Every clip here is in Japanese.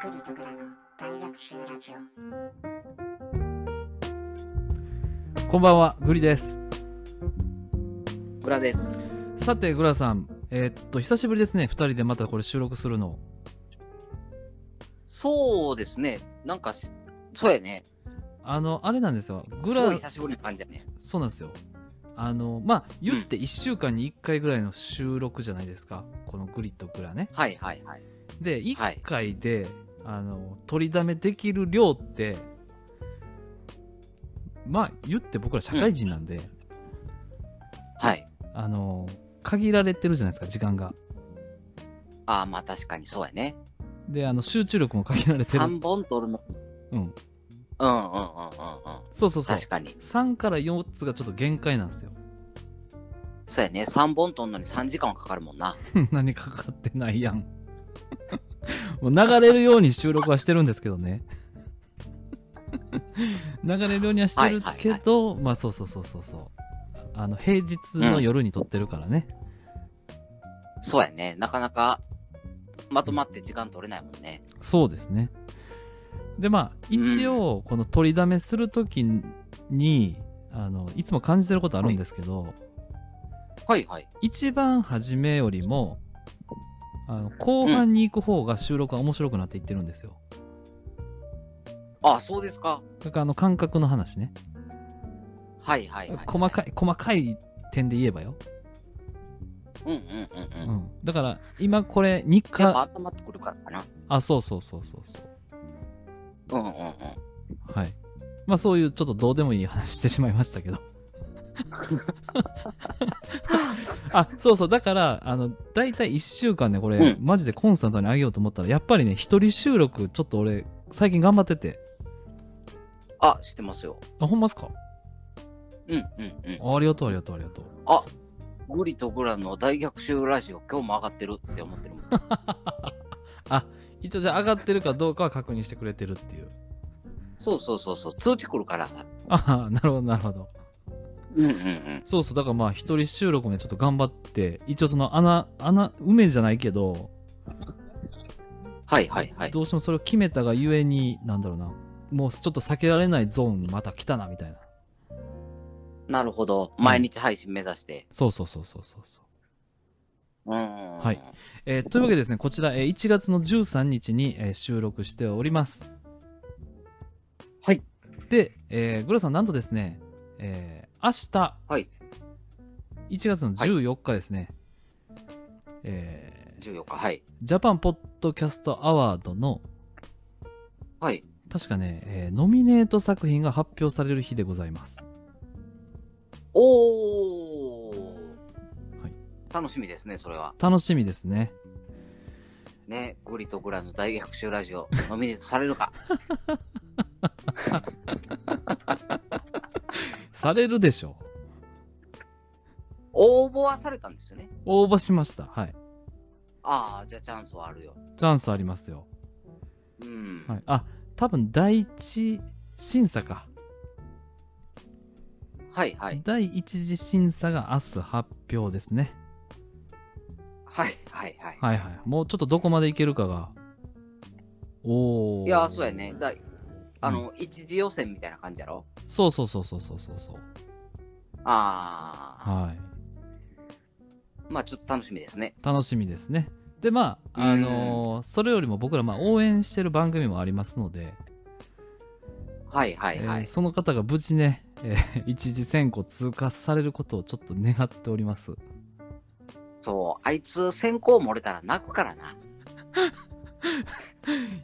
クルトグラの大学習ラジオこんばんは、グリです。グラです。さて、グラさん、えーっと、久しぶりですね、2人でまたこれ収録するの。そうですね。なんかし、そうやね。あの、あれなんですよ、グすごラい、久しぶりな感じやね。そうなんですよ。あの、まあ、言って1週間に1回ぐらいの収録じゃないですか、このグリとグラね。はいはいはい。で、はい1回で、あの、取りだめできる量って、まあ、言って僕ら社会人なんで、はい。あの、限られてるじゃないですか、時間が。ああ、まあ確かにそうやね。で、あの、集中力も限られてる。 3本取るの。うん。うんうんうんうんうん。そうそうそう。確かに。 3から4つがちょっと限界なんですよ。そうやね。3本取るのに3時間はかかるもんな。何かかってないやん。 もう流れるように収録はしてるんですけどね。 流れるようにはしてるけど、まあそうそうそうそうそう。あの、平日の夜に撮ってるからね。そうやね。なかなか、まとまって時間取れないもんね。そうですね。で、まあ、一応、この取りだめするときに、あの、いつも感じてることあるんですけど、はいはい。一番初めよりも、あの後半に行く方が収録が面白くなっていってるんですよ。ああ、そうですか。だからあの感覚の話ね。はいはいはい。細かい。い、細かい点で言えばよ。うんうんうんううん。ん。だから、今これ日やっぱ課、温まってくるからかな。あ、そうそうそうそうそう。うんうんうん。はい。まあそういうちょっとどうでもいい話してしまいましたけ ど。あ、そうそう。だから、あの、だいたい1週間ね、これ、うんマジでコンスタントに上げようと思ったら、やっぱりね、一人収録、ちょっと俺、最近頑張ってて。あ、知ってますよ。あ、ほんまっすかうんうんうん。あありがとう、ありがとう、ありがとう。あ、グリとグラの大逆襲ラジオ、今日も上がってるって 思ってるもん。一応じゃあ上がってるかどうかは確認してくれてるっていう。そうそうそうそう、通知来るから。ああ、なるほど、なるほど。うんうんうん。そうそう、だからまあ一人収録もねちょっと頑張って、一応その穴、穴、埋めじゃないけど、はいはいはい。どうしてもそれを決めたがゆえに、なんだろうな、もうちょっと避けられないゾーンまた来たな、みたいな。なるほど。毎日配信目指して。そうそうそうそうそうそう。うん。はい。えーというわけでですね、こちら、えー1月の13日に、えー収録しております。はい。で、えー、グロさん、なんとですね、えー明日、はい。 1月の14日ですね、えー14日、はい。ジャパンポッドキャストアワードの、はい。確かね、えーノミネート作品が発表される日でございます。おー。はい楽しみですね、それは。楽しみですね。ね、グリとグラの大逆襲ラジオ、ノミネートされるか。 されるでしょ応募はされたんですよねう。。応募しました。はい。ああ、じゃあチャンスはあるよ。チャンスありますよ。うん。はい。あ、多分第一審査か。はい、はい。第一次審査が明日発表ですね。はい、はい、はい。はいはい。もうちょっとどこまでいけるかが。おー。いやー、そうやね。だいあの、一次予選みたいな感じやろそうそうそうそうそうそうそう。ああ、はい。まあちょっと楽しみですね。楽しみですね。で、まあ、あのーそれよりも僕ら、まあ、応援してる番組もありますので、はいはいはい。えーその方が無事ね、えー 一次選考通過されることをちょっと願っております。そう、あいつ先行漏れたら泣くからな。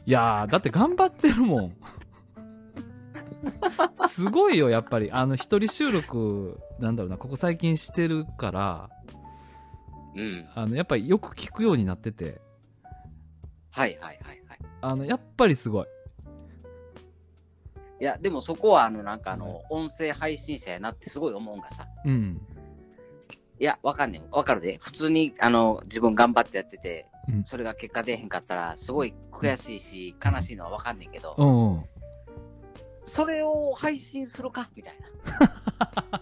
いやー、だって頑張ってるもん。 すごいよ、やっぱり。あの、一人収録、なんだろうな、ここ最近してるから、うん。あの、やっぱりよく聞くようになってて、はいはいはいはい。あの、やっぱりすごい。いや、でもそこはあの、なんかあの、音声配信者やなってすごい思うんがさ。うん。いや、わかんねえ。わかるで。普通に、あの、自分頑張ってやっててうん、それが結果出へんかったら、すごい悔しいし、悲しいのはわかんねえけど、うんうん。それを配信するかみたいな。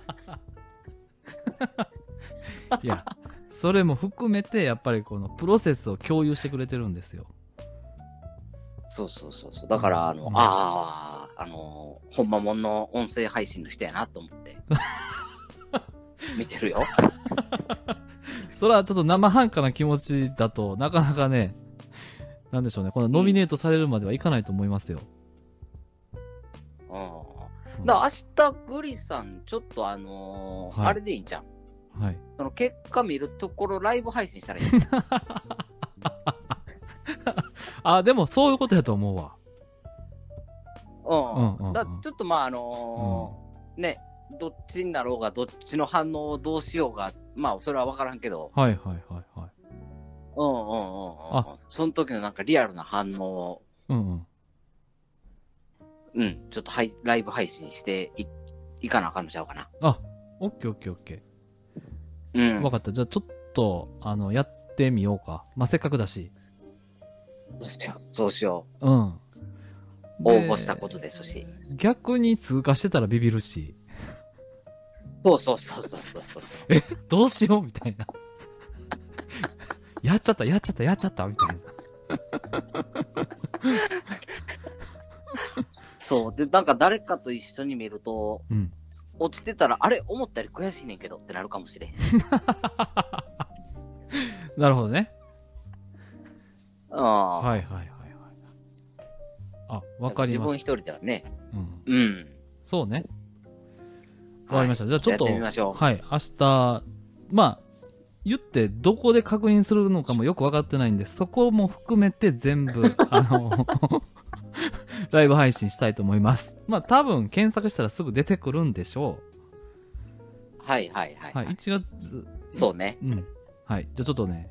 いや、それも含めて、やっぱりこのプロセスを共有してくれてるんですよ。そうそうそうそう。だから、あの、うんああ、あの、ほんまもんの音声配信の人やなと思 って。見てるよ。それはちょっと生半可な気持ちだとなかなかねなんでしょうねこのノミネートされるまではいかないと思いますよ、ううんん。だから明日、グリさん、ちょっとあのーはいあれでいいんじゃん。はいその結果見るところ、ライブ配信したらいいんじゃん。あでもそういうことやと思うわ うんうんううんん。だちょっとまあ、あのーね、どっちになろうが、どっちの反応をどうしようが、まあ、それは分からんけど、はいはいはいはいうんうんうんうんうん。あその時のなんかリアルな反応を、うんうんうん、ちょっとはいライブ配信していいかなあかんのちゃうかな。あオッケーオッケーオッケうーん。分かったじゃあちょっとあのやってみようかまあせっかくだしそうしよう。そうしようんう。応募したことですし。逆に通過してたらビビるしそうそうそうそうそうそうそう。どうしようみた いなやっちゃったやっちゃったやっちゃったみたいなそう。で、なんか誰かと一緒に見ると、うん落ちてたら、あれ思ったより悔しいねんけどってなるかもしれへん。なるほどねああ。はいはいはいはいあわかりまし自分一人ではね。た、うん、うん。そうねわかりましたはいじゃあちょっとやってみましょう。はい明日まあ言ってどこで確認するのかもよく分かってないんでそこも含めて全 部あの ライブ配信したいと思いますまあ多分検索したらすぐ出てくるんでしょはいはいはうい。はい1月そうね。うんはいじゃあちょっとね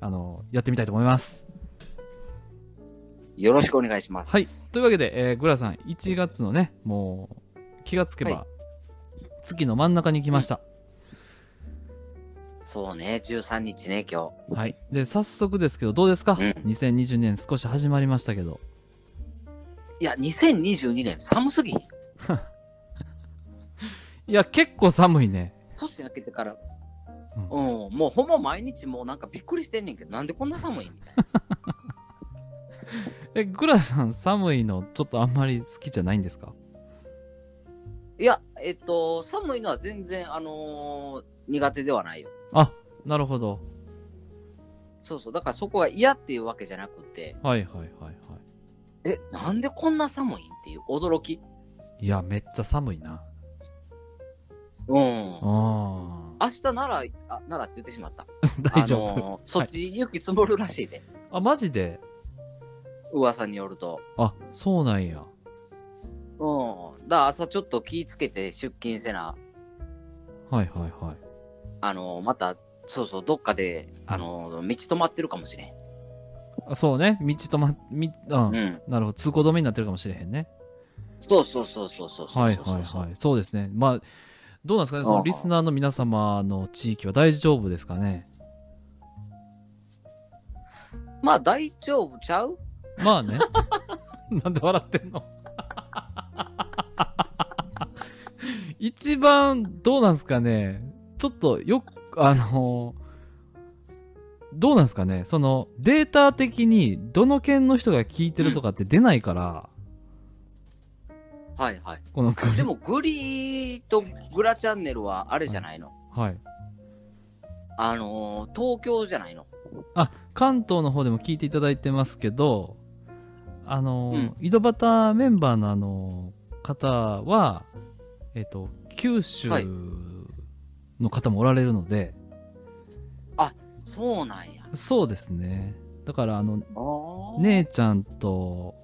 あのやってみたいと思いますよろしくお願いします。はい。というわけで、えーグラさん、1月のね、もう、気がつけば、は月の真ん中に来ました。そうね。13日ね、今日。はい。で、早速ですけど、どうですか、うん ?2020 年少し始まりましたけど。いや、2022年寒すぎひん。いや、結構寒いね。年明けてから。ううんん、もうほぼ毎日もうなんかびっくりしてんねんけど、なんでこんな寒いんえ、グラさん、寒いの、ちょっとあんまり好きじゃないんですかいや、えっと、寒いのは全然、あのー苦手ではないよ。あ、なるほど。そうそう。だからそこが嫌っていうわけじゃなくて、はいはいはいはえ、なんでこんな寒いんっていう驚き。い。いや、めっちゃ寒いな。うん。あ明日なら、あ、ならって言ってしまった。ー 大丈夫。あのーそっち雪積もるらしいで、あ、マジで噂によると。あ、そうなんや。うん。だから朝ちょっと気ぃつけて出勤せな、はいはいはい。あのーまた、そうそう、どっかで、あのー道止まってるかもしれん。あそうね。道止ま、み、うん。うん。なるほど。通行止めになってるかもしれへんね。そうそうそうそうそうそうそう。はいはいはい。そうですね。まあ、どうなんですかね、そのリスナーの皆様の地域は大丈夫ですかね。まあ大丈夫ちゃうまあね。 なんで笑ってんの一番、どうなんですかね。ちょっとよく、あの、どうなんですかね。その、データ的に、どの県の人が聞いてるとかって出ないから、はい はい。この、でもグリーとグラチャンネルはあれじゃないの。はい。あのー東京じゃないの。あ、関東の方でも聞いていただいてますけど、あの、うん井戸端メンバーのあの、方は、えっ、と、九州はいの方もおられるので、そうなんや。そうですね。だから、あの、あね。姉ちゃんと、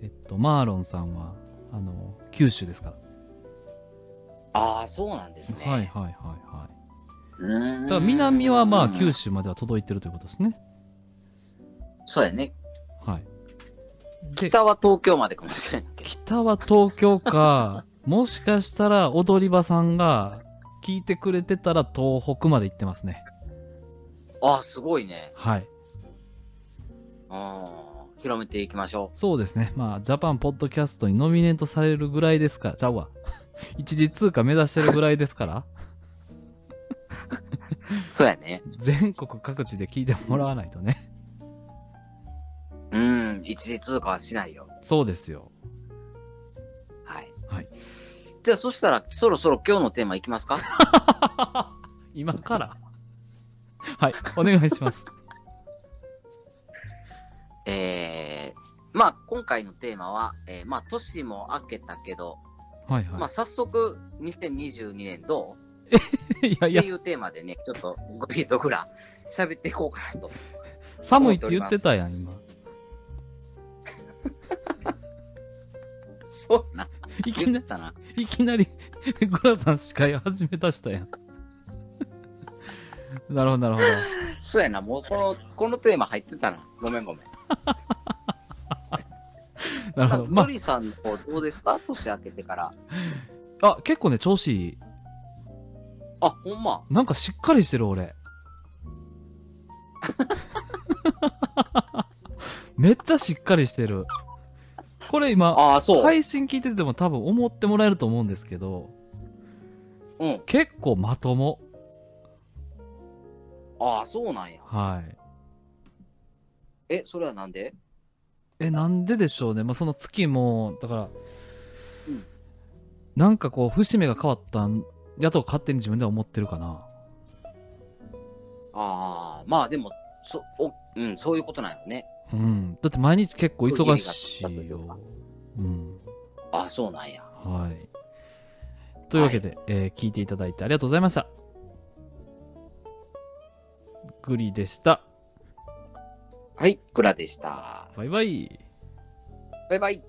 えっと、マーロンさんは、あの、九州ですかああ、そうなんですね。ら。はい。はいはいはい。うーん。だから南はまあ九州。州までは届いてるということですね。そうやね。はい。で、北は東京までかもしれんけど。北は東京か、 もしかしたら踊り場さんが聞いてくれてたら東北まで行ってますね。ああ、すごいね。はい。ああ、広めていきましょそうですね。まあ、ジャパンポッドキャストにノミネートされるぐらいですか。ちゃうわ。 一時通過目指してるぐらいですから、う。そうやね。全国各地で聞いてもらわないとね。うん。うん、一時通過はしないよ。そうですよ。 はい。はい。じゃあ、そしたら、そろそろ今日のテーマいきますか今から。はい、お願いします。えー、まあ、今回のテーマは、えー、まあ、年も明けたけど、はいはい。まあ、早速、2022年ど ういやいっやて、いうテーマでね、ちょっと、ゴリとグラ、喋っていこうかなと。寒いって言ってたやん、今。そうな。いき言なっ、たな。いきなり、 グラさん司会始め出したやん。 なるほど、なるほど。そうやな、もうこの、このテーマ入ってたな。ごめんごめん。なるほど。まあ、まゴリさんの方どうですか年明けてから。あ、あ、結構ね、調子いい。あ、ほんま。なんかしっかりしてる、俺。 めっちゃしっかりしてる。これ今、ああ、そう。配信聞いてても多分思ってもらえると思うんですけど、うん。結構まとも。ああ、そうなんや。はい。え、それはなんでえ、なんででしょうね。まあ、その月も、だから、うんなんかこう、節目が変わったんやと勝手に自分では思ってるかな。ああ、まあでも、そ、お、うん、そういうことなんよね。うん。だって毎日結構忙し家いにがよ。うん。ああ、そうなんや。はい。というわけで、えー聞いていただいてありがとうございました。グリでした。はい、グラでした。バイバイ。バイバイ。